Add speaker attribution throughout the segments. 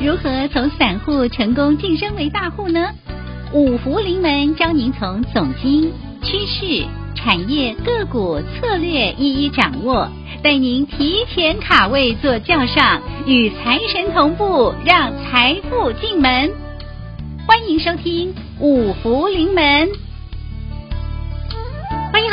Speaker 1: 如何从散户成功晋升为大户呢？五福临门教您从总经、趋势、产业、个股策略一一掌握，带您提前卡位做轿上，与财神同步，让财富进门。欢迎收听五福临门。
Speaker 2: 欢迎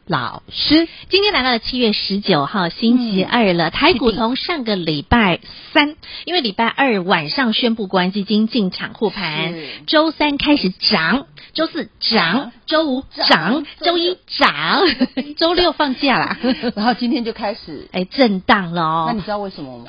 Speaker 3: 老师。嗯
Speaker 2: 今天来到了七月十九号星期二了，台股从上个礼拜三，因为礼拜二晚上宣布国安基金进场护盘
Speaker 3: 是，
Speaker 2: 周三开始涨，周四
Speaker 3: 涨，
Speaker 2: 涨周五涨
Speaker 3: 涨，
Speaker 2: 周一涨，周六放假啦，
Speaker 3: 然后今天就开始，
Speaker 2: 哎，震荡了哦。
Speaker 3: 那你知道为什么吗？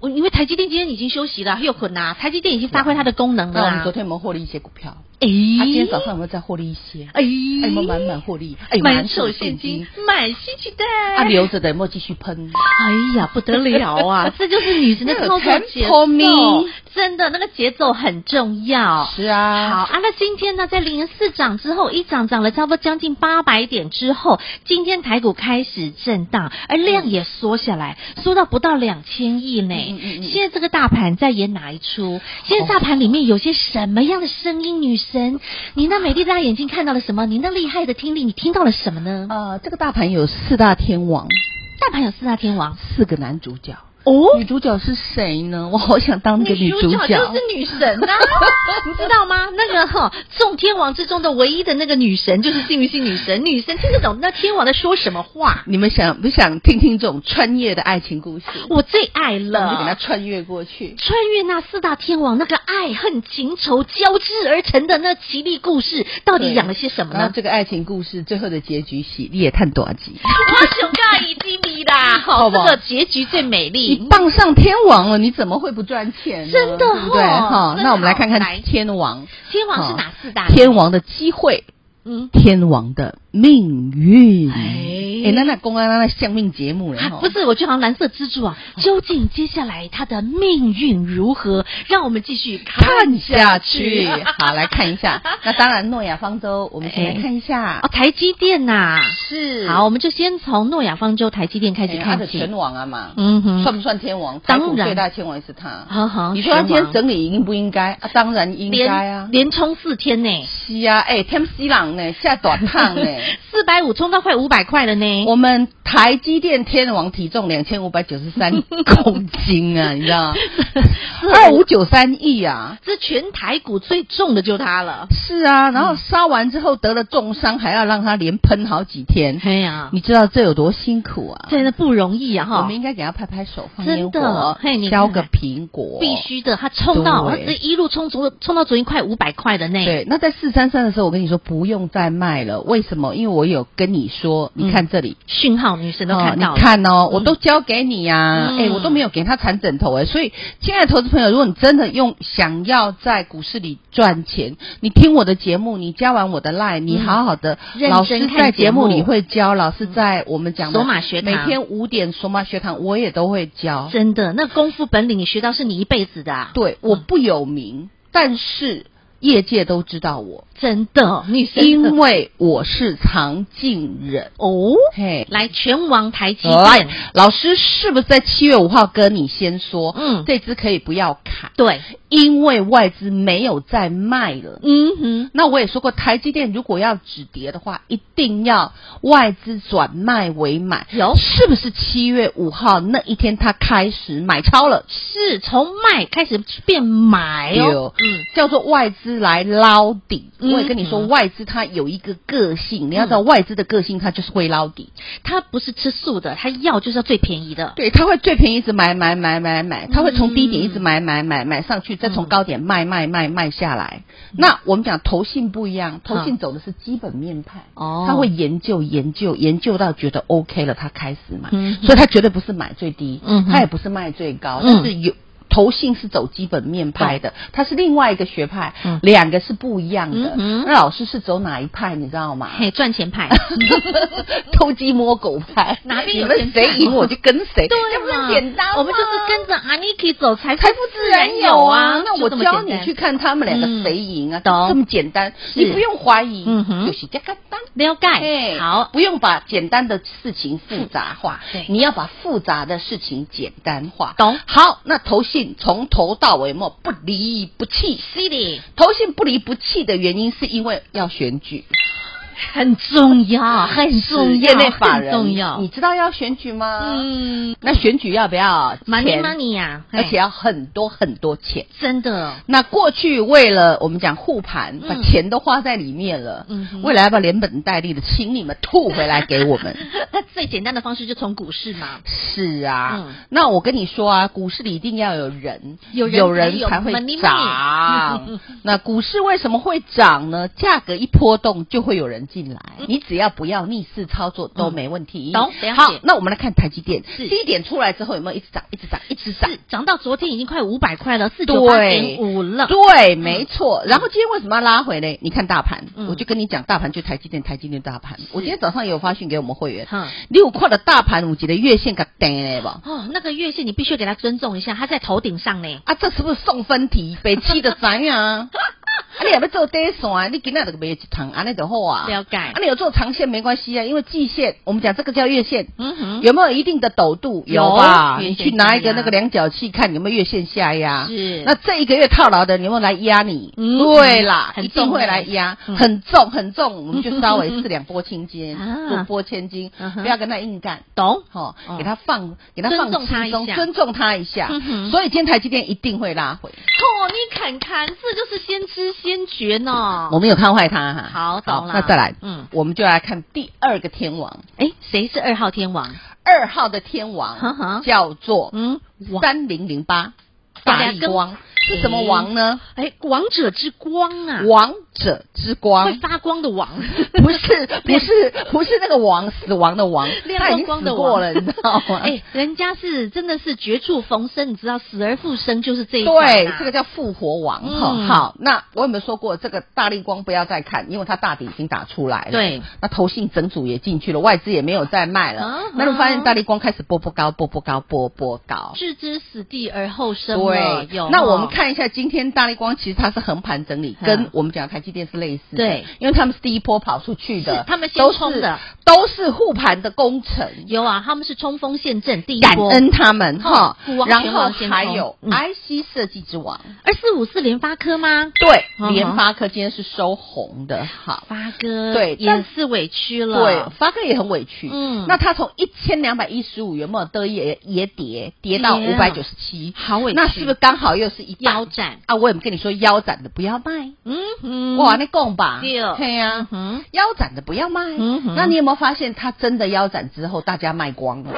Speaker 2: 我因为台积电今天已经休息了，又混啦、台积电已经发挥它的功能了、
Speaker 3: 那我
Speaker 2: 啊。
Speaker 3: 们昨天有没有获利一些股票？
Speaker 2: 哎，
Speaker 3: 他、今天早上有没有再获利一些？哎
Speaker 2: 哎，
Speaker 3: 有没有满满获利？哎，
Speaker 2: 满
Speaker 3: 手
Speaker 2: 手现金
Speaker 3: 金。，啊
Speaker 2: 满心期待。
Speaker 3: 他、留着的有没有继续喷？
Speaker 2: 哎呀，不得了啊！ 这就是女神的操作节
Speaker 3: Tempo
Speaker 2: 奏
Speaker 3: me，
Speaker 2: 真的那个节奏很重要。
Speaker 3: 是啊，
Speaker 2: 好啊，那今天呢，在零四涨之后，一涨涨了差不多将近八百点之后，今天台股开始震荡，而量也缩下来，缩到不到两千亿呢。
Speaker 3: 嗯嗯嗯哦嗯
Speaker 2: 现在这个大盘在演哪一出？现在大盘里面有些什么样的声音？女神，你那美丽的大眼睛看到了什么？你那厉害的听力，你听到了什么呢？
Speaker 3: 呃，这个大盘有四大天王，
Speaker 2: 大盘有四大天王
Speaker 3: 四个男主角。
Speaker 2: 哦
Speaker 3: 女主角是谁呢？ 我好想当那个女啊主
Speaker 2: 角就是女神呐、 你知道吗？那个哈、众天王之中的唯一的那个女神就是幸运星女神，女神听得懂那天王在说什么话，
Speaker 3: 你们想不想听听这种穿越的爱情故事？
Speaker 2: 我最爱
Speaker 3: 那我们就给他
Speaker 2: 了。
Speaker 3: 穿越过去。
Speaker 2: 穿越那四大天王那个爱恨情仇交织而成的那奇丽故事，到底
Speaker 3: 对啊
Speaker 2: 养了些什么
Speaker 3: 然
Speaker 2: 呢
Speaker 3: 后？这个爱情故事最后的结局喜你也探多集，
Speaker 2: 我熊大已经迷啦，好，
Speaker 3: 好不
Speaker 2: 这
Speaker 3: 好
Speaker 2: 个结局最美丽
Speaker 3: 你。傍上天王了，你怎么会不赚钱呢？
Speaker 2: 真的
Speaker 3: 对不对？
Speaker 2: 哦
Speaker 3: 哈、
Speaker 2: 真的
Speaker 3: 那我们来看
Speaker 2: 好来
Speaker 3: 看天王，
Speaker 2: 天王是
Speaker 3: 哦
Speaker 2: 哪四大？
Speaker 3: 天王的机会，
Speaker 2: 嗯，
Speaker 3: 天王的命运。
Speaker 2: 哎
Speaker 3: 哎，那那公安那那相命节目了
Speaker 2: 啊
Speaker 3: 哈
Speaker 2: 不是，我就好像蓝色蜘蛛啊，
Speaker 3: 哦
Speaker 2: 究竟接下来他的命运如何？让我们继续
Speaker 3: 看
Speaker 2: 看
Speaker 3: 下去。好，来看一 下。那当然，诺亚方舟，我们先来
Speaker 2: 哎
Speaker 3: 看一下。
Speaker 2: 哦，台积电呐、
Speaker 3: 是
Speaker 2: 好，我们就先从诺亚方舟、台积电开始
Speaker 3: 哎他
Speaker 2: 看
Speaker 3: 的
Speaker 2: 起
Speaker 3: 拳。王啊嘛，
Speaker 2: 嗯哼
Speaker 3: 算不算天王？台
Speaker 2: 当然哦
Speaker 3: 股最大天王也是他。
Speaker 2: 好好，
Speaker 3: 你说他今天
Speaker 2: 整
Speaker 3: 整理应不应该？啊，当然应该啊
Speaker 2: 连。连冲四天呢，
Speaker 3: 是啊，哎，天西朗呢，下短胖 呢。
Speaker 2: 四百五冲到快五百块了呢。
Speaker 3: 我们台积电天王体重两千五百九十三公斤啊，你知 道吗？二五九三亿啊。
Speaker 2: 这全台股最重的就它了。
Speaker 3: 是
Speaker 2: 嗯
Speaker 3: 啊，然后杀完之后得了重伤，还要让他连喷好几天，
Speaker 2: 哎呀，
Speaker 3: 你知道这有多辛苦啊？
Speaker 2: 真的不容易啊
Speaker 3: 我
Speaker 2: 哈
Speaker 3: 们！应该给他拍拍手，放
Speaker 2: 真
Speaker 3: 烟
Speaker 2: 的
Speaker 3: 火
Speaker 2: 嘿你，
Speaker 3: 削
Speaker 2: 看
Speaker 3: 个苹果，
Speaker 2: 必须的，它冲到它
Speaker 3: 对
Speaker 2: 这一路冲足冲到昨天快五百块的呢。
Speaker 3: 对，那在四三三的时候，我跟你说不用再卖了，为什么？因为我有跟你说，
Speaker 2: 嗯
Speaker 3: 你看这里，
Speaker 2: 讯号女神都看到
Speaker 3: 哦
Speaker 2: 了。
Speaker 3: 你看哦
Speaker 2: 嗯，
Speaker 3: 我都交给你呀、啊，
Speaker 2: 嗯
Speaker 3: 哎、我都没有给他缠枕头哎，所以，亲爱的投资朋友，如果你真的用想要在股市里赚钱，你听我的节目，你加完我的 line，你好好的，
Speaker 2: 嗯认
Speaker 3: 老
Speaker 2: 真
Speaker 3: 师
Speaker 2: 看
Speaker 3: 在
Speaker 2: 节
Speaker 3: 节
Speaker 2: 目
Speaker 3: 目里会教，老师在我们讲的
Speaker 2: 索马学堂
Speaker 3: 每天五点索马学堂我也都会教，
Speaker 2: 真的，那功夫本领你学到是你一辈子的、啊。
Speaker 3: 哦对，我不有
Speaker 2: 嗯
Speaker 3: 名，但是业界都知道我。
Speaker 2: 真
Speaker 3: 哦
Speaker 2: 的，女神
Speaker 3: 因为我是常进人
Speaker 2: 哦，
Speaker 3: 嘿。
Speaker 2: 来全网台积
Speaker 3: 来
Speaker 2: 电，，
Speaker 3: 哎老师是不是在七月五号跟你先说，
Speaker 2: 嗯
Speaker 3: 这只可以不要砍，
Speaker 2: 对，
Speaker 3: 因为外资没有再卖了。
Speaker 2: 嗯哼，
Speaker 3: 那我也说过，台积电如果要止跌的话，一定要外资转卖为买。
Speaker 2: 有
Speaker 3: 是不是七月五号那一天他开始买超了？
Speaker 2: 是从卖开始变买哦，嗯，
Speaker 3: 叫做外资来捞底。
Speaker 2: 嗯
Speaker 3: 我也跟你说，
Speaker 2: 嗯
Speaker 3: 外资它有一个个性，你要知道，外资的个性它就是会捞底。
Speaker 2: 他不是吃素的，他要就是要最便宜的，
Speaker 3: 对，他会最便宜一直买买买买买，他会从低点一直买买买买上去，再
Speaker 2: 嗯
Speaker 3: 从高点卖卖卖卖下来。那我们讲投信不一样，投信走的是基本面派，
Speaker 2: 嗯哦
Speaker 3: 他会研究研究研究到觉得 OK 了，他开始买，
Speaker 2: 嗯
Speaker 3: 所以他绝对不是买最低，
Speaker 2: 嗯哼
Speaker 3: 他也不是卖最高，
Speaker 2: 嗯
Speaker 3: 但是有。投信是走基本面派的，它是另外一个学派，
Speaker 2: 嗯
Speaker 3: 两个是不一样的。
Speaker 2: 嗯哼
Speaker 3: 那老师是走哪一派，你知道吗？
Speaker 2: 嘿，赚钱 派，
Speaker 3: 偷鸡摸狗派，
Speaker 2: 哪边
Speaker 3: 你
Speaker 2: 有
Speaker 3: 们
Speaker 2: 钱
Speaker 3: 谁
Speaker 2: 赚
Speaker 3: 赢我就跟谁，
Speaker 2: 对啊
Speaker 3: 这不
Speaker 2: 嘛
Speaker 3: 是简单吗
Speaker 2: 我们就是跟着阿尼 k 走财
Speaker 3: 财富自
Speaker 2: 然有啊
Speaker 3: 那
Speaker 2: 就
Speaker 3: 我
Speaker 2: 这么
Speaker 3: 教
Speaker 2: 简
Speaker 3: 你
Speaker 2: 单
Speaker 3: 去看他们两
Speaker 2: 嗯
Speaker 3: 个谁赢啊，
Speaker 2: 懂
Speaker 3: 这么简单，
Speaker 2: 是
Speaker 3: 你不用怀疑，
Speaker 2: 嗯哼
Speaker 3: 就是这个单。
Speaker 2: 了解，
Speaker 3: 哎
Speaker 2: 好，
Speaker 3: 不用把简单的事情复杂化
Speaker 2: 嗯对，
Speaker 3: 你要把复杂的事情简单化。
Speaker 2: 懂
Speaker 3: 好，那投信从头到尾莫不离不弃。
Speaker 2: 是的，
Speaker 3: 投信不离不弃的原因是因为要选举，
Speaker 2: 很重要，很重要，
Speaker 3: 业内法
Speaker 2: 很
Speaker 3: 人
Speaker 2: 重要
Speaker 3: 你，知道要选举吗？
Speaker 2: 嗯
Speaker 3: 那选举要不要
Speaker 2: ，money
Speaker 3: 钱
Speaker 2: money 呀，啊嘿
Speaker 3: 而且要很多很多钱。
Speaker 2: 真的，
Speaker 3: 那过去为了我们讲护盘，
Speaker 2: 嗯
Speaker 3: 把钱都花在里面了，
Speaker 2: 嗯哼
Speaker 3: 未来要不要连本带利的，请你们吐回来给我 们。
Speaker 2: 那最简单的方式就从股市嘛，
Speaker 3: 是啊，
Speaker 2: 嗯
Speaker 3: 那我跟你说啊，股市里一定要有人，
Speaker 2: 有人才有
Speaker 3: 才会
Speaker 2: money。
Speaker 3: 涨 那股市为什么会涨呢？价格一波动就会有人进来，你只要不要逆势操作都
Speaker 2: 嗯
Speaker 3: 没问题。
Speaker 2: 懂了解
Speaker 3: 好，那我们来看台积电，
Speaker 2: 是
Speaker 3: 低点出来之后有没有一直涨，一直涨，一直涨？
Speaker 2: 是涨到昨天已经快五百块了，四九八
Speaker 3: 对
Speaker 2: 点五了，
Speaker 3: 对，没错。然后今天为什么要拉回呢？你看大盘，
Speaker 2: 嗯
Speaker 3: 我就跟你讲，大盘就台积电，台积电大盘。我今天早上也有发讯给我们会员
Speaker 2: 哈，
Speaker 3: 六块的大盘，我觉得月线给跌了吧？
Speaker 2: 哦，那个月线你必须给他尊重一下，他在头顶上呢。
Speaker 3: 啊，这是不是送分题？北七的怎 样？啊，你也要做短线啊，你今仔就买一趟，安尼就好啊。
Speaker 2: 了解
Speaker 3: 啊，你有做长线没关系啊，因为季线，我们讲这个叫月线。
Speaker 2: 嗯哼，
Speaker 3: 有没有一定的陡度？
Speaker 2: 有
Speaker 3: 吧？
Speaker 2: 月
Speaker 3: 你
Speaker 2: 线
Speaker 3: 去拿一
Speaker 2: 下
Speaker 3: 个
Speaker 2: 压
Speaker 3: 那个量角器看有没有月线下压。
Speaker 2: 是
Speaker 3: 那这一个月套牢的，你有没有来压你？
Speaker 2: 嗯
Speaker 3: 对啦，
Speaker 2: 很
Speaker 3: 一定
Speaker 2: 重
Speaker 3: 会
Speaker 2: 欸
Speaker 3: 来压，
Speaker 2: 嗯
Speaker 3: 很重很重，我们就稍微四两拨千斤
Speaker 2: 啊，
Speaker 3: 六拨千斤
Speaker 2: 嗯，哼
Speaker 3: 不要跟他硬干。
Speaker 2: 懂
Speaker 3: 哦
Speaker 2: 哦，
Speaker 3: 给他放，给他放
Speaker 2: 尊重他
Speaker 3: 轻松
Speaker 2: 一下
Speaker 3: 尊重他一下
Speaker 2: 嗯哼。
Speaker 3: 所以今天台积电一定会拉回，
Speaker 2: 哦，你看看，这就是先知先觉呢。
Speaker 3: 我们有看坏他哈。
Speaker 2: 好懂了
Speaker 3: 那再来，
Speaker 2: 嗯
Speaker 3: 嗯，我们就来看第二个天王，
Speaker 2: 哎，谁是二号天王？
Speaker 3: 二号的天
Speaker 2: 呵呵
Speaker 3: 王叫做
Speaker 2: 嗯，王
Speaker 3: 三零零八
Speaker 2: 大
Speaker 3: 大
Speaker 2: 力
Speaker 3: 力
Speaker 2: 光
Speaker 3: 光，是什么王呢？
Speaker 2: 哎，王者之光啊，
Speaker 3: 王者之
Speaker 2: 会
Speaker 3: 光。
Speaker 2: 发光的 王，
Speaker 3: 不是不是不是那个王死亡的王，
Speaker 2: 亮
Speaker 3: 他已
Speaker 2: 光光
Speaker 3: 经
Speaker 2: 的
Speaker 3: 死
Speaker 2: 王
Speaker 3: 过了，你知 道吗？
Speaker 2: 哎，人家是真的是绝处逢生，你知道，死而复生就是这一段啊
Speaker 3: 对，这个叫复活王哈、
Speaker 2: 嗯
Speaker 3: 好，那我有没有说过这个大力光不要再看，因为它大底已经打出来了。
Speaker 2: 对，
Speaker 3: 那投信整组也进去了，外资也没有再卖了。
Speaker 2: 嗯
Speaker 3: 那你发现
Speaker 2: 嗯
Speaker 3: 大力光开始波波高，波波高，波波高。
Speaker 2: 置之死地而后生了。
Speaker 3: 对
Speaker 2: 有，
Speaker 3: 那我们
Speaker 2: 哦
Speaker 3: 看一下今天大力光，其实它是横盘整理，
Speaker 2: 嗯
Speaker 3: 跟我们讲台积电是类似的。
Speaker 2: 对，
Speaker 3: 因为他们是第一波跑出去的
Speaker 2: 是，他们先
Speaker 3: 都是
Speaker 2: 冲的，
Speaker 3: 都是护盘的工程。
Speaker 2: 有啊，他们是冲锋陷阵第一
Speaker 3: 感
Speaker 2: 波，
Speaker 3: 恩他们哈
Speaker 2: 嗯股王，
Speaker 3: 然
Speaker 2: 全
Speaker 3: 后
Speaker 2: 王先
Speaker 3: 还
Speaker 2: 冲
Speaker 3: 有
Speaker 2: 嗯
Speaker 3: IC 设计之王，
Speaker 2: 二四五四联发科吗？嗯
Speaker 3: 对，
Speaker 2: 哼
Speaker 3: 联发科今天是收红的，好，
Speaker 2: 发哥
Speaker 3: 对
Speaker 2: 也
Speaker 3: 但
Speaker 2: 是委屈了，
Speaker 3: 对，发哥也很委屈，
Speaker 2: 嗯
Speaker 3: 那他从一千两百一十五元没有得也也跌，跌到
Speaker 2: 跌
Speaker 3: 五
Speaker 2: 啊
Speaker 3: 百九十七，
Speaker 2: 好委屈，
Speaker 3: 那是不是刚好又是一半
Speaker 2: 腰斩？
Speaker 3: 啊？我也跟你说，腰斩的不要卖，
Speaker 2: 嗯嗯，
Speaker 3: 哇，那供吧，
Speaker 2: 对哦
Speaker 3: 对呀、
Speaker 2: 嗯
Speaker 3: 腰斩的不要卖，
Speaker 2: 嗯哼
Speaker 3: 那你有没有发现他真的腰斩之后，大家卖光了，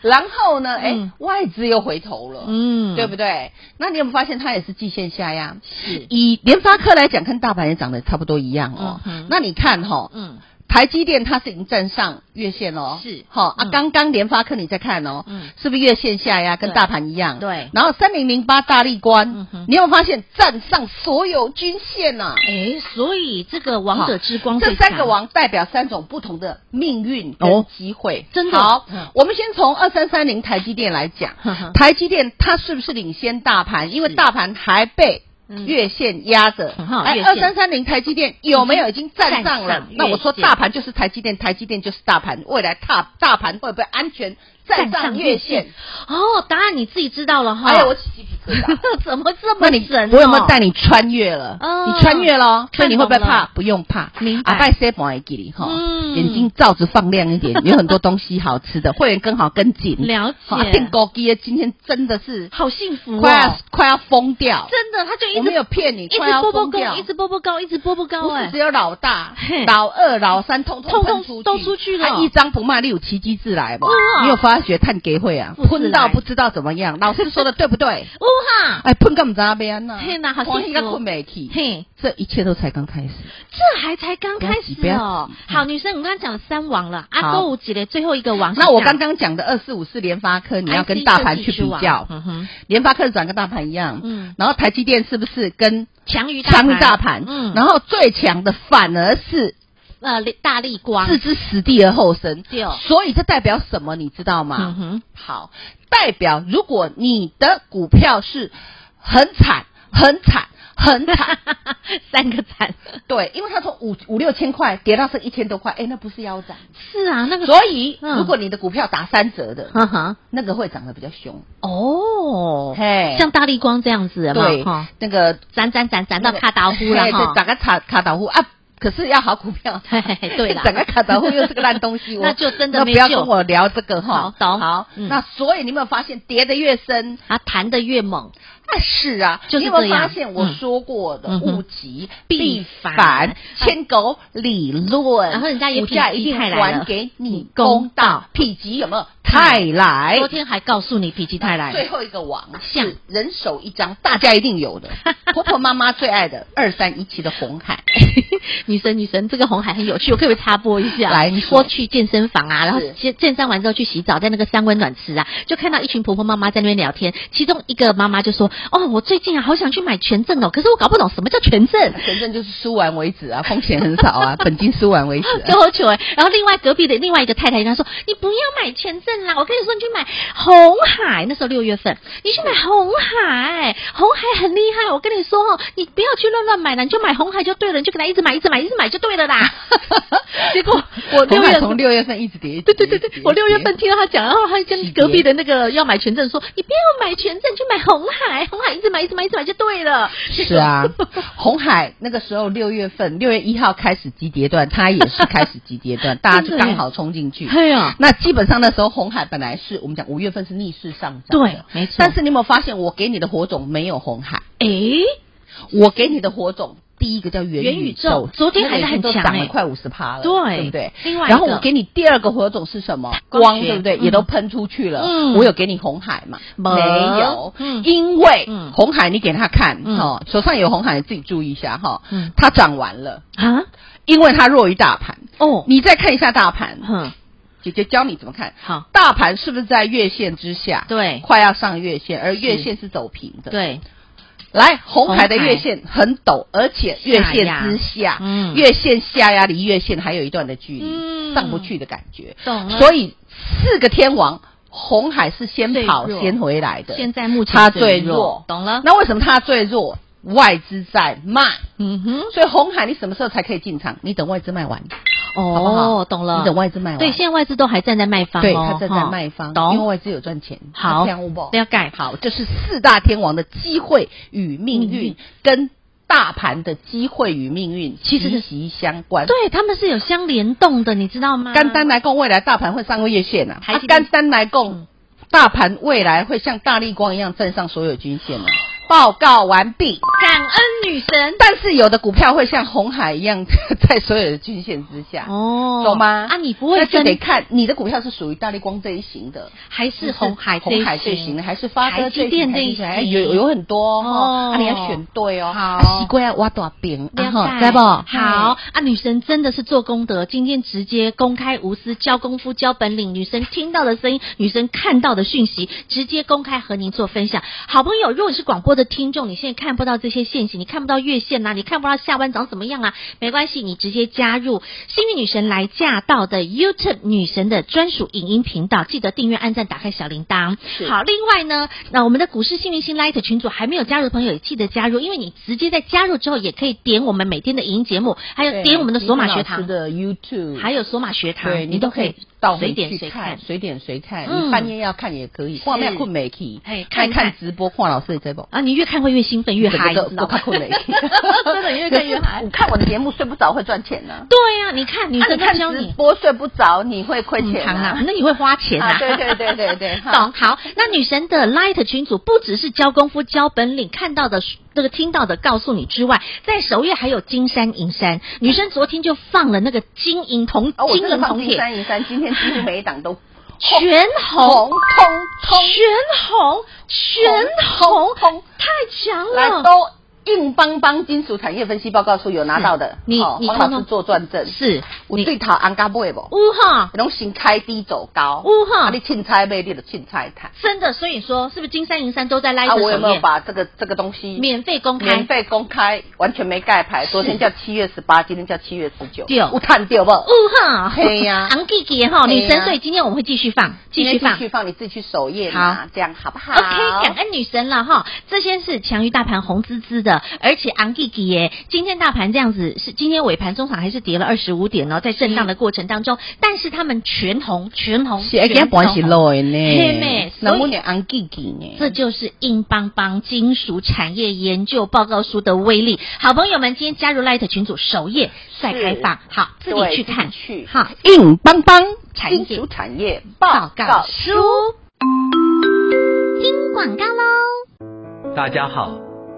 Speaker 3: 然后呢，哎、
Speaker 2: 嗯
Speaker 3: 外资又回头了，
Speaker 2: 嗯，
Speaker 3: 对不对？那你有没有发现它也是季线下呀？
Speaker 2: 是，
Speaker 3: 以联发科来讲，跟大盘也涨得差不多一样哦。
Speaker 2: 嗯哼
Speaker 3: 那你看哈、
Speaker 2: 嗯，
Speaker 3: 台积电它是已经站上月线哦，
Speaker 2: 是
Speaker 3: 好、
Speaker 2: 嗯
Speaker 3: 啊，刚刚联发科你再看哦，
Speaker 2: 嗯
Speaker 3: 是不是月线下呀，跟
Speaker 2: 对
Speaker 3: 大盘一样？
Speaker 2: 对
Speaker 3: 然后三零零八大力
Speaker 2: 嗯
Speaker 3: 关
Speaker 2: 哼，
Speaker 3: 你有没有发现站上所有均线呐、
Speaker 2: 哎，所以这个王者之光
Speaker 3: 这
Speaker 2: 最
Speaker 3: 三
Speaker 2: 强
Speaker 3: 个王代表三种不同的命运
Speaker 2: 哦
Speaker 3: 跟机会。
Speaker 2: 真的
Speaker 3: 好
Speaker 2: 嗯，
Speaker 3: 我们先从二三三零台积电来讲
Speaker 2: 呵呵，
Speaker 3: 台积电它是不是领先大盘？因为大盘还被。
Speaker 2: 嗯
Speaker 3: 月线压着，哎
Speaker 2: 嗯哈月
Speaker 3: 二
Speaker 2: 线
Speaker 3: 三三零台积电有没有已经站上
Speaker 2: 站
Speaker 3: 了
Speaker 2: 上？
Speaker 3: 那我说
Speaker 2: 月线
Speaker 3: 大盘就是台积电，台积电就是大盘，未来大大盘会不会安全站上月线？
Speaker 2: 哦，答案你自己知道了哈。
Speaker 3: 哎呀，我起鸡皮疙瘩。
Speaker 2: 怎么 这
Speaker 3: 那
Speaker 2: 么
Speaker 3: 你
Speaker 2: 神哦？
Speaker 3: 我有没有带你穿越了？
Speaker 2: 嗯
Speaker 3: 你穿越了哦，所以你会不会
Speaker 2: 看懂了
Speaker 3: 怕？不用怕，哎
Speaker 2: 明白
Speaker 3: 阿拜塞博也给你哈
Speaker 2: 嗯，
Speaker 3: 眼睛罩子放亮一点，有很多东西好吃的，会员更好跟紧。
Speaker 2: 了
Speaker 3: 好啊
Speaker 2: 解？
Speaker 3: 订购机今天真的是
Speaker 2: 好幸福
Speaker 3: 快要
Speaker 2: 哦，
Speaker 3: 快要疯掉，
Speaker 2: 真的，他就一
Speaker 3: 我没
Speaker 2: 直
Speaker 3: 有骗你，
Speaker 2: 一直
Speaker 3: 快要
Speaker 2: 波波
Speaker 3: 疯
Speaker 2: 高，
Speaker 3: 掉
Speaker 2: 一。直波波高，一直波波高，
Speaker 3: 不是
Speaker 2: 哎
Speaker 3: 只，有老大
Speaker 2: 嘿、
Speaker 3: 老二、老三，通
Speaker 2: 通
Speaker 3: 通
Speaker 2: 通
Speaker 3: 喷出去
Speaker 2: 都出去了
Speaker 3: 他一张不卖，你有奇迹自来不
Speaker 2: 哇？
Speaker 3: 你有发觉探给会啊
Speaker 2: 不是，
Speaker 3: 喷到
Speaker 2: 来
Speaker 3: 不知道怎么样。老师说的对不对？
Speaker 2: 哇哈，
Speaker 3: 哎，喷个唔知阿边呐，
Speaker 2: 嘿呐好幸福
Speaker 3: 欢喜到困未去，
Speaker 2: 嘿，
Speaker 3: 这一切都才刚开始。
Speaker 2: 这还才刚开
Speaker 3: 不要急
Speaker 2: 始哦。
Speaker 3: 不要急
Speaker 2: 好，女生，我们刚刚讲了三王了，阿
Speaker 3: 好
Speaker 2: 勾五几的最后一个王啊是这样。
Speaker 3: 那我刚刚讲的二四五四联发科，你要
Speaker 2: IC
Speaker 3: 跟大盘
Speaker 2: 设
Speaker 3: 去
Speaker 2: 计之
Speaker 3: 比
Speaker 2: 王
Speaker 3: 较，
Speaker 2: 嗯哼，
Speaker 3: 联发科是长跟大盘一样，
Speaker 2: 嗯
Speaker 3: 然后台积电是不是跟
Speaker 2: 强于大
Speaker 3: 强于
Speaker 2: 盘
Speaker 3: 大盘？
Speaker 2: 嗯，
Speaker 3: 然后最强的反而是
Speaker 2: 呃大力光，
Speaker 3: 置之死地而后生。
Speaker 2: 对哦
Speaker 3: 所以这代表什么？你知道
Speaker 2: 嗯
Speaker 3: 吗？
Speaker 2: 哼，
Speaker 3: 好，代表如果你的股票是很惨、很惨、很 惨，
Speaker 2: 三个赞，
Speaker 3: 对，因为他从五五六千块跌到剩一千多块，哎，那不是腰斩。
Speaker 2: 是啊，那个，
Speaker 3: 所以，
Speaker 2: 嗯
Speaker 3: 如果你的股票打三折的，
Speaker 2: 哈哈，
Speaker 3: 那个会涨得比较凶。
Speaker 2: 哦，
Speaker 3: 嘿
Speaker 2: 像大力光这样子有没有
Speaker 3: 对
Speaker 2: 哈，，
Speaker 3: 那个
Speaker 2: 斩斩斩斩到卡达夫了
Speaker 3: 嘿对
Speaker 2: 哈，
Speaker 3: 打个卡卡达夫啊。可是要好股票，
Speaker 2: 嘿嘿嘿 对 啦
Speaker 3: 整个卡达夫又是个烂东 西，我
Speaker 2: 那就真的
Speaker 3: 那
Speaker 2: 没
Speaker 3: 不要
Speaker 2: 救
Speaker 3: 跟我聊这个哈
Speaker 2: 好。懂
Speaker 3: 好，
Speaker 2: 嗯
Speaker 3: 那所以你有没有发现，跌得越深，
Speaker 2: 啊，弹的越猛，
Speaker 3: 啊是啊，
Speaker 2: 就是
Speaker 3: 你有没
Speaker 2: 这
Speaker 3: 有
Speaker 2: 样
Speaker 3: 发现我说过的
Speaker 2: 嗯嗯
Speaker 3: 物极
Speaker 2: 必
Speaker 3: 必
Speaker 2: 反
Speaker 3: 反，牵狗理论，
Speaker 2: 然后人家也
Speaker 3: 股价
Speaker 2: 否极
Speaker 3: 一定
Speaker 2: 泰来了
Speaker 3: 还给你
Speaker 2: 公
Speaker 3: 公
Speaker 2: 道嗯
Speaker 3: 道，否极有没有？泰来，哎
Speaker 2: 昨天还告诉你否极泰来
Speaker 3: 最
Speaker 2: 了，
Speaker 3: 后一个王
Speaker 2: 像
Speaker 3: 是人手一张，大家一定有 的，婆婆妈妈最爱的二三一七的红海。
Speaker 2: 女神女神，这个红海很有趣，我可不可以插播一下？
Speaker 3: 来你说
Speaker 2: 我去健身房啊，然后
Speaker 3: 是
Speaker 2: 健健身完之后去洗澡，在那个三温暖池啊，就看到一群婆婆妈妈在那边聊天，其中一个妈妈就说：“哦，我最近啊好想去买权证哦，可是我搞不懂什么叫权证。”
Speaker 3: 反正就是输完为止啊，风险很少啊，本金输完为止、
Speaker 2: 就
Speaker 3: 啊。
Speaker 2: 好糗哎、然后另外隔壁的另外一个太太跟他说：“你不要买权证啦，我跟你说，你去买红海。那时候六月份，你去买红海，红海很厉害。我跟你说哦，你不要去乱乱买了，你就买红海就对了，你就给他一直买，一直买，一直买就对了 啦。结果我
Speaker 3: 红
Speaker 2: 六月
Speaker 3: 海从六月份一直跌，一直
Speaker 2: 对
Speaker 3: 跌
Speaker 2: 对对对，我六月份，听到他讲，然后他跟隔壁的那个要买权证说：“你不要买权证，去买红海，红海一直买，一直买，一直买就对了。”
Speaker 3: 一直跌是啊，红海那个时候六月份六月一号开始急跌段，它也是开始急跌 段，大家
Speaker 2: 真
Speaker 3: 就
Speaker 2: 的耶
Speaker 3: 刚好冲进去。
Speaker 2: 哎呀，
Speaker 3: 那基本上那时候红海本来是我们讲五月份是逆势上涨的，
Speaker 2: 对，没错。
Speaker 3: 但是你有没有发现我给你的火种没有红海？
Speaker 2: 哎，
Speaker 3: 我给你的火种，第一个叫元
Speaker 2: 元宇
Speaker 3: 宇
Speaker 2: 宙昨天还是很
Speaker 3: 那
Speaker 2: 强
Speaker 3: 个已经都涨
Speaker 2: 欸
Speaker 3: 了快五十趴了，
Speaker 2: 对
Speaker 3: 对不对？
Speaker 2: 另外一个
Speaker 3: 然后我给你第二个火种是什么？
Speaker 2: 光学
Speaker 3: 对不对？
Speaker 2: 嗯
Speaker 3: 也都喷出去了。
Speaker 2: 嗯
Speaker 3: 我有给你红海嘛？
Speaker 2: 没
Speaker 3: 有
Speaker 2: 嗯，
Speaker 3: 因为
Speaker 2: 嗯
Speaker 3: 红海你给他看
Speaker 2: 嗯
Speaker 3: 哈，手上有红海，你自己注意一下哈
Speaker 2: 嗯。
Speaker 3: 它涨完了，
Speaker 2: 啊，
Speaker 3: 因为它弱于大盘。
Speaker 2: 哦，嗯
Speaker 3: 你再看一下大盘，
Speaker 2: 哼，
Speaker 3: 姐姐教你怎么看。
Speaker 2: 好，
Speaker 3: 大盘是不是在月线之下？
Speaker 2: 对
Speaker 3: 快要上月线，而
Speaker 2: 是
Speaker 3: 月线是走平的。
Speaker 2: 对，
Speaker 3: 来，红海的月线很陡，而且月线之下，
Speaker 2: 嗯
Speaker 3: 月线下压离月线还有一段的距离，
Speaker 2: 嗯
Speaker 3: 上不去的感觉。
Speaker 2: 懂了。
Speaker 3: 所以四个天王，红海是先
Speaker 2: 最
Speaker 3: 跑
Speaker 2: 弱
Speaker 3: 先回来的，
Speaker 2: 现在目前
Speaker 3: 它
Speaker 2: 最
Speaker 3: 最
Speaker 2: 弱
Speaker 3: 弱，
Speaker 2: 懂了
Speaker 3: 那为什么它最弱？外资在卖，
Speaker 2: 嗯哼，
Speaker 3: 所以红海你什么时候才可以进场？你等外资卖完，
Speaker 2: 哦，
Speaker 3: 好不好
Speaker 2: 懂了。
Speaker 3: 你等外资卖完，
Speaker 2: 对，现在外资都还站在卖方、哦，
Speaker 3: 对，它站在
Speaker 2: 哈
Speaker 3: 卖方，因为
Speaker 2: 懂。
Speaker 3: 外资有赚钱，
Speaker 2: 好，
Speaker 3: 这样好不好
Speaker 2: 了解。
Speaker 3: 好，这是四大天王的机会与命
Speaker 2: 命
Speaker 3: 运
Speaker 2: 运，
Speaker 3: 跟大盘的机会与命运息息相关。，
Speaker 2: 嗯对，啊他们是有相联动的，你知道吗？
Speaker 3: 单单来讲，未来大盘会上过月线啊；
Speaker 2: 台
Speaker 3: 啊
Speaker 2: 积电
Speaker 3: 单单来
Speaker 2: 嗯
Speaker 3: 讲，大盘未来会像大力光一样站上所有均线啊。报告完毕。
Speaker 2: 感恩女神。
Speaker 3: 但是有的股票会像红海一样 在所有的均线之下，
Speaker 2: 哦，
Speaker 3: 懂吗？
Speaker 2: 啊，你不会
Speaker 3: 那就
Speaker 2: 跟
Speaker 3: 得看你的股票是属于大力光这一型的，
Speaker 2: 还是红海
Speaker 3: 红海
Speaker 2: 这
Speaker 3: 这
Speaker 2: 一
Speaker 3: 一
Speaker 2: 型
Speaker 3: 型的，还是发
Speaker 2: 台
Speaker 3: 哥
Speaker 2: 积
Speaker 3: 这一
Speaker 2: 电
Speaker 3: 型，
Speaker 2: 这
Speaker 3: 还
Speaker 2: 一
Speaker 3: 是
Speaker 2: 型
Speaker 3: 哎有有很多
Speaker 2: 哦
Speaker 3: 哦，啊你要选对哦，
Speaker 2: 好
Speaker 3: 啊，习惯要挖大饼，
Speaker 2: 了
Speaker 3: 然后
Speaker 2: 解
Speaker 3: 知啊不？
Speaker 2: 好啊，女神真的是做功德，今天直接公开无私，教功夫，教本领。女神听到的声音，女神看到的讯息，直接公开和您做分享。好朋友，如果你是广播的听众，你现在看不到这些现形，你看不到月线呐、啊你看不到下弯长什么样啊，没关系，你直接加入幸运女神来驾到的 YouTube 女神的专属影音频道，记得订阅、按赞、打开小铃铛。
Speaker 3: 是
Speaker 2: 好，另外呢，那我们的股市幸运星 Light 群组还没有加入的朋友，也记得加入，因为你直接在加入之后，也可以点我们每天的影音节目，还有
Speaker 3: 对
Speaker 2: 点我们的索马学
Speaker 3: 李老师
Speaker 2: 堂，
Speaker 3: 的 YouTube，
Speaker 2: 还有索马学堂，
Speaker 3: 对
Speaker 2: 你
Speaker 3: 你
Speaker 2: 都
Speaker 3: 都
Speaker 2: 可
Speaker 3: 可
Speaker 2: 以
Speaker 3: 以到
Speaker 2: 随
Speaker 3: 回
Speaker 2: 点
Speaker 3: 去
Speaker 2: 随
Speaker 3: 看，
Speaker 2: 看。
Speaker 3: 随点随看，
Speaker 2: 嗯
Speaker 3: 你半夜要看也可以，
Speaker 2: 是
Speaker 3: 画面困美体
Speaker 2: 哎，看
Speaker 3: 看
Speaker 2: 看
Speaker 3: 看直播，邝老师的这部。
Speaker 2: 啊，你越看会越兴奋，越嗨，
Speaker 3: 整个
Speaker 2: 你知
Speaker 3: 都
Speaker 2: 道
Speaker 3: 快
Speaker 2: 吗？，
Speaker 3: 困美体
Speaker 2: 真的越 看越嗨
Speaker 3: 可是我看我的节目睡不着会赚钱呢、啊，
Speaker 2: 对呀、你看，女
Speaker 3: 啊
Speaker 2: 神
Speaker 3: 你
Speaker 2: 在
Speaker 3: 看
Speaker 2: 教
Speaker 3: 直
Speaker 2: 你。
Speaker 3: 播睡不着你会亏
Speaker 2: 嗯
Speaker 3: 钱
Speaker 2: 当
Speaker 3: 啊
Speaker 2: 然，那你会花钱啊！
Speaker 3: 啊对对对对 对哈
Speaker 2: 懂好。那女神的 Light 群组不只是教功夫、教本领，看到的、这个听到的告诉你之外，在首页还有金山银山。女生昨天就放了那个金银铜、
Speaker 3: 哦，我
Speaker 2: 金
Speaker 3: 真的
Speaker 2: 银
Speaker 3: 放
Speaker 2: 铜
Speaker 3: 金
Speaker 2: 铁，
Speaker 3: 三银三，今天几乎每一档都
Speaker 2: 全
Speaker 3: 红通
Speaker 2: 红。
Speaker 3: 通
Speaker 2: 全红，全红
Speaker 3: 红，
Speaker 2: 太强
Speaker 3: 来
Speaker 2: 了！
Speaker 3: 都硬邦邦金属产业分析报告书有拿到的，
Speaker 2: 你
Speaker 3: 哦
Speaker 2: 你
Speaker 3: 黄老
Speaker 2: 通通
Speaker 3: 师做转正，
Speaker 2: 是
Speaker 3: 我
Speaker 2: 你
Speaker 3: 最讨安嘎买无，
Speaker 2: 呜哈
Speaker 3: 拢先开低走高，
Speaker 2: 呜哈
Speaker 3: 啊，你凊彩买，你就凊彩谈。
Speaker 2: 真的，所以说是不是金山银山都在拉一
Speaker 3: 啊，
Speaker 2: 个
Speaker 3: 我有
Speaker 2: 手
Speaker 3: 没有
Speaker 2: 链，
Speaker 3: 把这个这个东西
Speaker 2: 免费公开
Speaker 3: 免？费公开，完全没盖牌？昨天叫七月十八，今天叫七月十九，
Speaker 2: 对
Speaker 3: 我探掉不？
Speaker 2: 呜哈，
Speaker 3: 嗯嘿呀
Speaker 2: 昂弟弟哈，
Speaker 3: 嘿呀
Speaker 2: 女神，所以今天我们会继续放，继续放
Speaker 3: 继。续放，你自己去首页嘛，这样好不好
Speaker 2: OK，感恩女神了哈，这些是强于大盘红滋滋的，而且昂弟弟耶，今天大盘这样子是今天尾盘中场还是跌了二十五点哦，在震荡的过程当中，但是他们全红全红，
Speaker 3: 是哎，今
Speaker 2: 全
Speaker 3: 盘
Speaker 2: 红
Speaker 3: 是落的
Speaker 2: 嘿
Speaker 3: 呢，
Speaker 2: 妹所
Speaker 3: 那
Speaker 2: 以
Speaker 3: 我也红记记呢。
Speaker 2: 这就是硬邦邦金属产业研究报告书的威力。好朋友们，今天加入 Light 群组首页再开放，好自己
Speaker 3: 对
Speaker 2: 去看
Speaker 3: 自己去
Speaker 2: 好
Speaker 3: 硬邦邦
Speaker 2: 产业
Speaker 3: 金属产业
Speaker 2: 报
Speaker 3: 报
Speaker 2: 告
Speaker 3: 告
Speaker 2: 书，听广告喽。
Speaker 4: 大家好，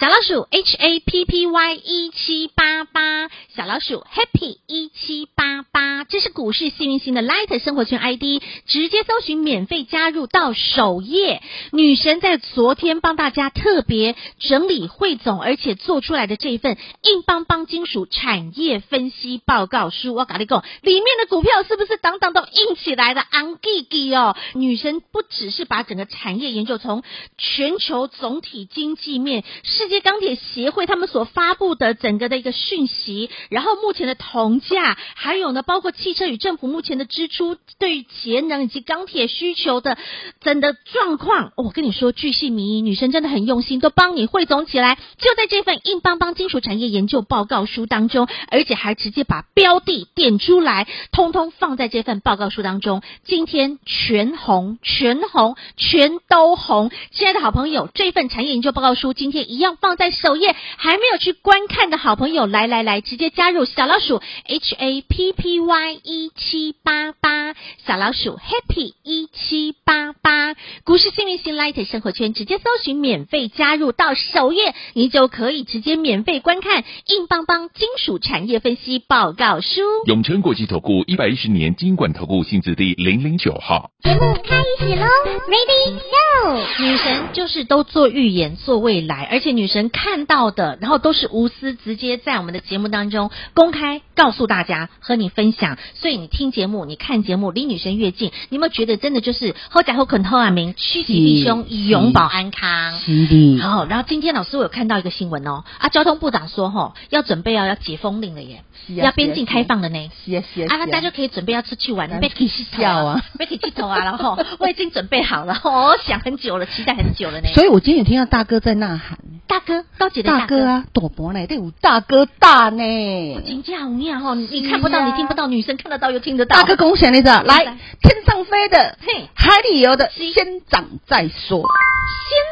Speaker 2: 小老鼠 H A P P Y 一七八八，小老鼠 Happy 一七八八，这是股市幸运星的 Light 生活圈 ID，直接搜寻免费加入到首页。女神在昨天帮大家特别整理汇总，而且做出来的这一份硬邦邦金属产业分析报告书，我跟你讲，里面的股票是不是档档都硬起来了？昂弟弟哦，女神不只是把整个产业研究从全球总体经济面，世界钢铁协会他们所发布的整个的一个讯息，然后目前的铜价，还有呢，包括汽车与政府目前的支出对于节能以及钢铁需求的整个状况，哦我跟你说，巨细靡遗，女生真的很用心，都帮你汇总起来，就在这份硬邦邦金属产业研究报告书当中，而且还直接把标的点出来，通通放在这份报告书当中。今天全红，全红，全都红。亲爱的好朋友，这份产业研究报告书今天一样放在首页，还没有去观看的好朋友，来来来，直接加入小老鼠 H A P P Y 一七八八，小老鼠 Happy 一七八八，股市幸运星 Light 生活圈，直接搜寻免费加入到首页，你就可以直接免费观看硬邦邦金属产业分析报告书。
Speaker 5: 永诚国际投顾一百一十年金管投顾性质第零零九号。
Speaker 6: 节目开始喽，Ready Go！
Speaker 2: 女神就是都做预言、做未来，而且女神看到的，然后都是无私，直接在我们的节目当中公开告诉大家，和你分享。所以你听节目，你看节目，离女神越近，你有没有觉得真的就是后假后肯后啊明，趋吉避凶，
Speaker 3: 是
Speaker 2: 永保安康。
Speaker 3: 犀利
Speaker 2: 好，然后今天老师我有看到一个新闻哦，啊，交通部长说吼、要准备要要解封令了耶，
Speaker 3: 是啊
Speaker 2: 要边境
Speaker 3: 是啊是啊
Speaker 2: 开放了呢。
Speaker 3: 是啊是啊，
Speaker 2: 啊，大家就可以准备要出去玩，
Speaker 3: 嗯
Speaker 2: 被剃头
Speaker 3: 笑啊，
Speaker 2: 被剃头啊，然 后我已经准备好了，我想很久了，期待很久了呢。
Speaker 3: 所以我今天也听到大哥在呐喊，
Speaker 2: 大哥，高姐的
Speaker 3: 大
Speaker 2: 哥
Speaker 3: 哥，啊，赌博呢，对，有大哥大呢，
Speaker 2: 请假无恙哦，你你
Speaker 3: 是
Speaker 2: 看不到，
Speaker 3: 啊
Speaker 2: 你听不到，女生看得到又听得到。
Speaker 3: 大哥，跟我想的着，来天上飞的，
Speaker 2: 嘿，
Speaker 3: 海里游的，
Speaker 2: 是
Speaker 3: 先涨再说。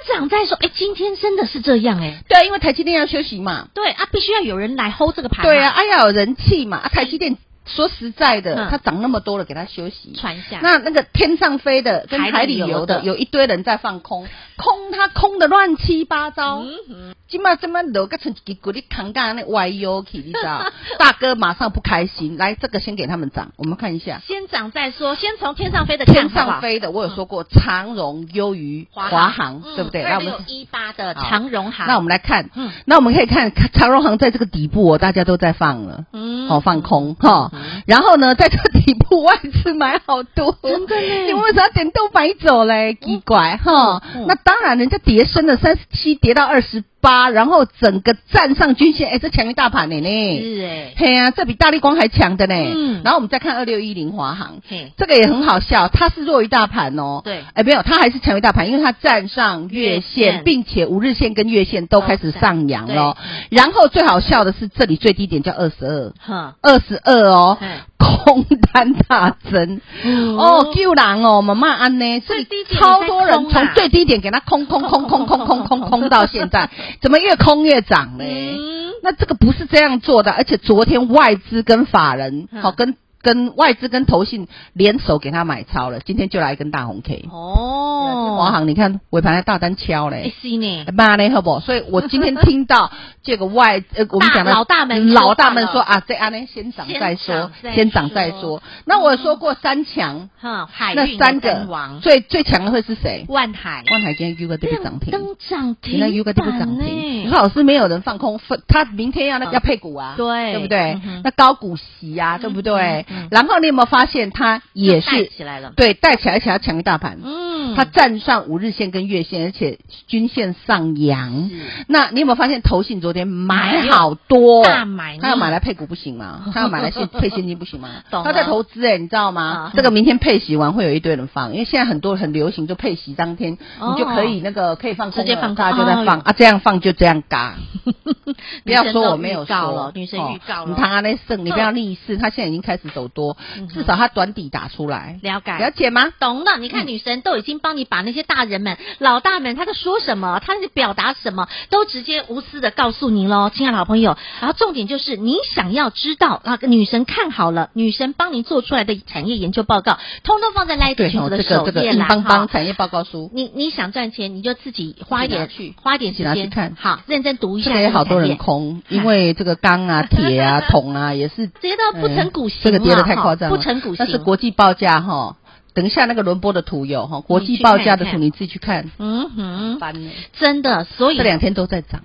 Speaker 2: 先长再说，哎，今天真的是这样哎，
Speaker 3: 对啊，因为台积电要休息嘛，
Speaker 2: 对啊，必须要有人来 hold 这个盘，
Speaker 3: 对啊，，哎要有人气嘛，啊，台积电说实在
Speaker 2: 嗯
Speaker 3: 的，它涨那么多了，给它休息。
Speaker 2: 传一下，
Speaker 3: 那那个天上飞的跟海里游
Speaker 2: 海
Speaker 3: 的，
Speaker 2: 里游
Speaker 3: 有一堆人在放空，空它空的乱七八糟。
Speaker 2: 嗯
Speaker 3: 今嘛这么楼个成一股你扛干那歪腰去，你知 道？大哥马上不开心，来这个先给他们涨，我们看一下。
Speaker 2: 先长再说，先从天上飞的
Speaker 3: 天
Speaker 2: 看好不
Speaker 3: 上
Speaker 2: 好
Speaker 3: 飞的，我有说过长荣优于嗯华航，对不对？那
Speaker 2: 嗯二
Speaker 3: 我们
Speaker 2: 六一八的
Speaker 3: 好
Speaker 2: 长荣行，
Speaker 3: 那我们来看
Speaker 2: 嗯，
Speaker 3: 那我们可以看看长荣行在这个底部哦，大家都在放了。
Speaker 2: 嗯
Speaker 3: 哦，放空哈、然后呢，在这个底部外资买好多，真的你为啥点都买走嘞？奇怪哈、
Speaker 2: 嗯
Speaker 3: 那当然，人家跌升了三十七，跌到二十八，然后整个站上均线，哎，这强于大盘的呢。
Speaker 2: 是哎，
Speaker 3: 嘿呀、啊，这比大力光还强的呢。
Speaker 2: 嗯
Speaker 3: 然后我们再看二六一零华航，
Speaker 2: 嘿，
Speaker 3: 这个也很好笑，它是弱于大盘哦。
Speaker 2: 对
Speaker 3: 哎，没有，它还是强于大盘，因为它站上月
Speaker 2: 月
Speaker 3: 线
Speaker 2: 线，
Speaker 3: 并且五日线跟月线都开始上扬了
Speaker 2: 都。
Speaker 3: 然后最好笑的是，这里最低点叫二十二，
Speaker 2: 哼，
Speaker 3: 二十二哦
Speaker 2: 嗯，
Speaker 3: 空单大增
Speaker 2: 嗯
Speaker 3: 哦，救人哦，妈妈安呢，这
Speaker 2: 最
Speaker 3: 里
Speaker 2: 低点
Speaker 3: 超多人
Speaker 2: 在空啊
Speaker 3: 从最 低点给它空空空空空空空空空到现在，怎么越空越涨嘞？
Speaker 2: 嗯，
Speaker 3: 那这个不是这样做的，而且昨天外资跟法人，
Speaker 2: 嗯
Speaker 3: 好、跟跟外资跟投信联手给他买超了，今天就来一根大红 K。
Speaker 2: 哦，
Speaker 3: 华航，你看尾盘还大单敲嘞
Speaker 2: 哎，，是呢，
Speaker 3: 妈嘞，好不好？所以我今天听到这个外呃，我们讲的
Speaker 2: 大老大们说
Speaker 3: 老大们说
Speaker 2: 话
Speaker 3: 啊，这安呢先涨再说，
Speaker 2: 先
Speaker 3: 先
Speaker 2: 涨
Speaker 3: 涨
Speaker 2: 再说
Speaker 3: 再说。那我说过三强，
Speaker 2: 哈，海
Speaker 3: 那
Speaker 2: 运
Speaker 3: 三
Speaker 2: 的
Speaker 3: 个
Speaker 2: 灯王
Speaker 3: 最最强的会是谁？
Speaker 2: 万海，
Speaker 3: 万海今天 U 个对不涨停，
Speaker 2: 登涨
Speaker 3: 你那 U
Speaker 2: 停
Speaker 3: 个
Speaker 2: 板
Speaker 3: 对不涨停。
Speaker 2: 呢
Speaker 3: 可是老师没有人放空，分他明天要那
Speaker 2: 嗯
Speaker 3: 要配股啊，
Speaker 2: 对
Speaker 3: 对不对
Speaker 2: 嗯哼？
Speaker 3: 那高股息啊，对不对
Speaker 2: 嗯嗯？
Speaker 3: 然后你有没有发现它也
Speaker 2: 就带
Speaker 3: 是
Speaker 2: 起来了，
Speaker 3: 对带起来，而且要强于大盘，
Speaker 2: 嗯，
Speaker 3: 它站上五日线跟月线，而且均线上扬。那你有没有发现投信昨天买好多？
Speaker 2: 大买呢
Speaker 3: 他要买来配股不行 吗？他要买来现配现金不行吗？
Speaker 2: 懂啊
Speaker 3: 他在投资哎、你知道吗
Speaker 2: 啊？
Speaker 3: 这个明天配息完会有一堆人放，因为现在很多很流行，就配息当天
Speaker 2: 哦
Speaker 3: 你就可以那个可以放空了，
Speaker 2: 直接放空
Speaker 3: 大家就在
Speaker 2: 哎
Speaker 3: 放
Speaker 2: 呦
Speaker 3: 啊，这样放就这样嘎。 不要
Speaker 2: 女生
Speaker 3: 说
Speaker 2: 都
Speaker 3: 我没有
Speaker 2: 预
Speaker 3: 说
Speaker 2: 告
Speaker 3: 哦
Speaker 2: 了女生预告了哦嗯
Speaker 3: 你看他在剩，你不要逆势，他现在已经开始走多，至少他短底打出来，
Speaker 2: 了解
Speaker 3: 了解吗？
Speaker 2: 懂了，你看女神都已经帮你把那些大人们、老大们，他在说什么，他在表达什么，都直接无私的告诉您喽，亲爱的好朋友。然后重点就是，你想要知道啊，女神看好了，女神帮您做出来的产业研究报告，通通放在 Light
Speaker 3: 对，
Speaker 2: 群
Speaker 3: 哦
Speaker 2: 组
Speaker 3: 这
Speaker 2: 的
Speaker 3: 个
Speaker 2: 首
Speaker 3: 这个
Speaker 2: 页
Speaker 3: 硬
Speaker 2: 啦
Speaker 3: 邦邦
Speaker 2: 哈。
Speaker 3: 产业报告书，
Speaker 2: 你你想赚钱，你就自己花一点
Speaker 3: 自己拿去
Speaker 2: 花一点时
Speaker 3: 自己拿
Speaker 2: 间
Speaker 3: 去看
Speaker 2: 好，认真读一
Speaker 3: 这
Speaker 2: 下。
Speaker 3: 个也好多人，空，因为这个钢 啊、铁啊、铜啊也是
Speaker 2: 直接到不成骨形
Speaker 3: 嗯这个跌
Speaker 2: 了
Speaker 3: 的太
Speaker 2: 哈
Speaker 3: 夸张了，
Speaker 2: 不成骨
Speaker 3: 但是
Speaker 2: 形
Speaker 3: 国际报价哈，等一下那个伦波的图有哈，国际报价的图你自己去看，
Speaker 2: 嗯哼，
Speaker 3: 翻了
Speaker 2: 真的，所以
Speaker 3: 这两天都在涨，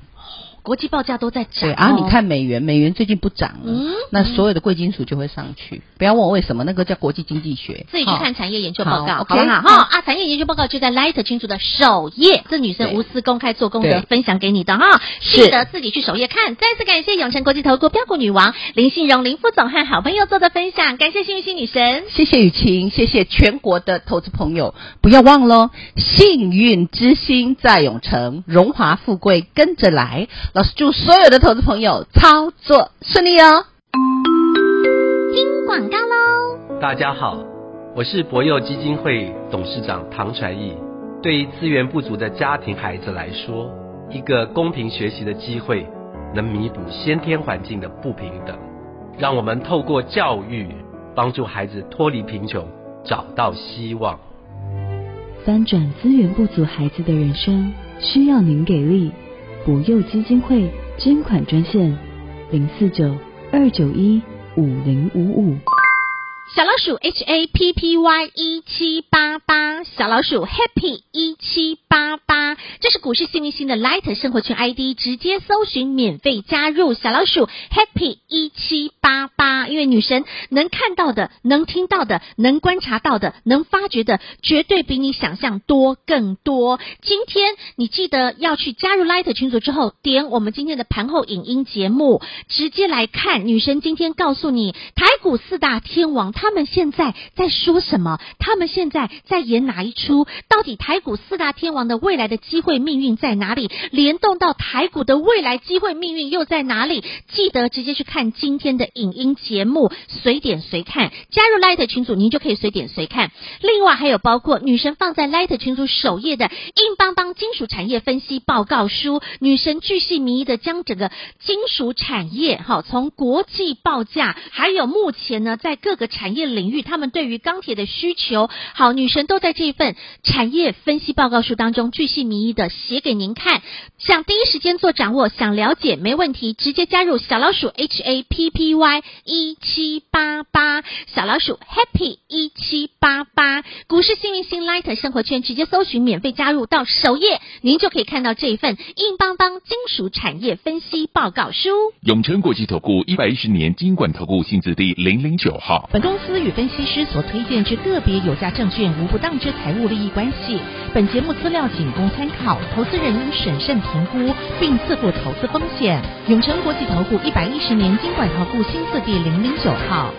Speaker 2: 国际报价都在涨
Speaker 3: 对啊，
Speaker 2: 哦
Speaker 3: 你看美元，美元最近不涨
Speaker 2: 嗯
Speaker 3: 了，那所有的贵金属就会上去，不要问我为什么，那个叫国际经济学，
Speaker 2: 自己去看产业研究报告，
Speaker 3: 好
Speaker 2: 好不
Speaker 3: ，OK
Speaker 2: 好？哈啊，产业研究报告就在 Light 清楚的首页，这女生
Speaker 3: 对
Speaker 2: 无私公开做功德
Speaker 3: 对
Speaker 2: 分享给你的哈，
Speaker 3: 是
Speaker 2: 记得自己去首页看。再次感谢永诚国际投顾标股女王林信荣林副总和好朋友做的分享，感谢幸运星女神。
Speaker 3: 谢谢雨晴，谢谢全国的投资朋友，不要忘喽！幸运之星在永城，荣华富贵跟着来。老师祝所有的投资朋友操作顺利哦！
Speaker 6: 听广告喽。
Speaker 4: 大家好，我是博幼基金会董事长唐传义。对于资源不足的家庭孩子来说，一个公平学习的机会，能弥补先天环境的不平等。让我们透过教育，帮助孩子脱离贫穷，找到希望。
Speaker 7: 翻转资源不足孩子的人生，需要您给力。补幼基金会捐款专线：零四九二九一五零五五。
Speaker 2: 小老鼠 H A P P Y 一七八八，小老鼠 Happy 一七八八，这是股市幸运星的 Light 生活圈 ID，直接搜寻免费加入小老鼠 Happy 一七八八，因为女神能看到的、能听到的、能观察到的、能发掘的，绝对比你想象多更多。今天你记得要去加入 Light 群组之后，点我们今天的盘后影音节目，直接来看女神今天告诉你台股四大天王他们现在在说什么，他们现在在演哪一出？到底台股四大天王的未来的机会命运在哪里？联动到台股的未来机会命运又在哪里？记得直接去看今天的影音节目，随点随看。加入 Light 群组，您就可以随点随看。另外还有包括女神放在 Light 群组首页的硬邦邦金属产业分析报告书，女神巨细靡遗的将整个金属产业哈，从国际报价，还有目前呢在各个产业领域，他们对于钢铁的需求，好，女神都在这份产业分析报告书当中巨细靡遗的写给您看。想第一时间做掌握，想了解没问题，直接加入小老鼠 H A P P Y 一七八八，小老鼠 Happy 一七八八，股市幸运星 Light 生活圈直接搜寻免费加入到首页，您就可以看到这一份硬邦邦金属产业分析报告书。
Speaker 5: 永诚国际投顾一百一十年金管投顾性质第零零九号。
Speaker 8: 本公司与分析师所推荐之个别有价证券无不当之财务利益关系。本节目资料仅供参考，投资人应审慎评估并自负投资风险。永诚国际投顾一百一十年经管投顾新字第零零九号。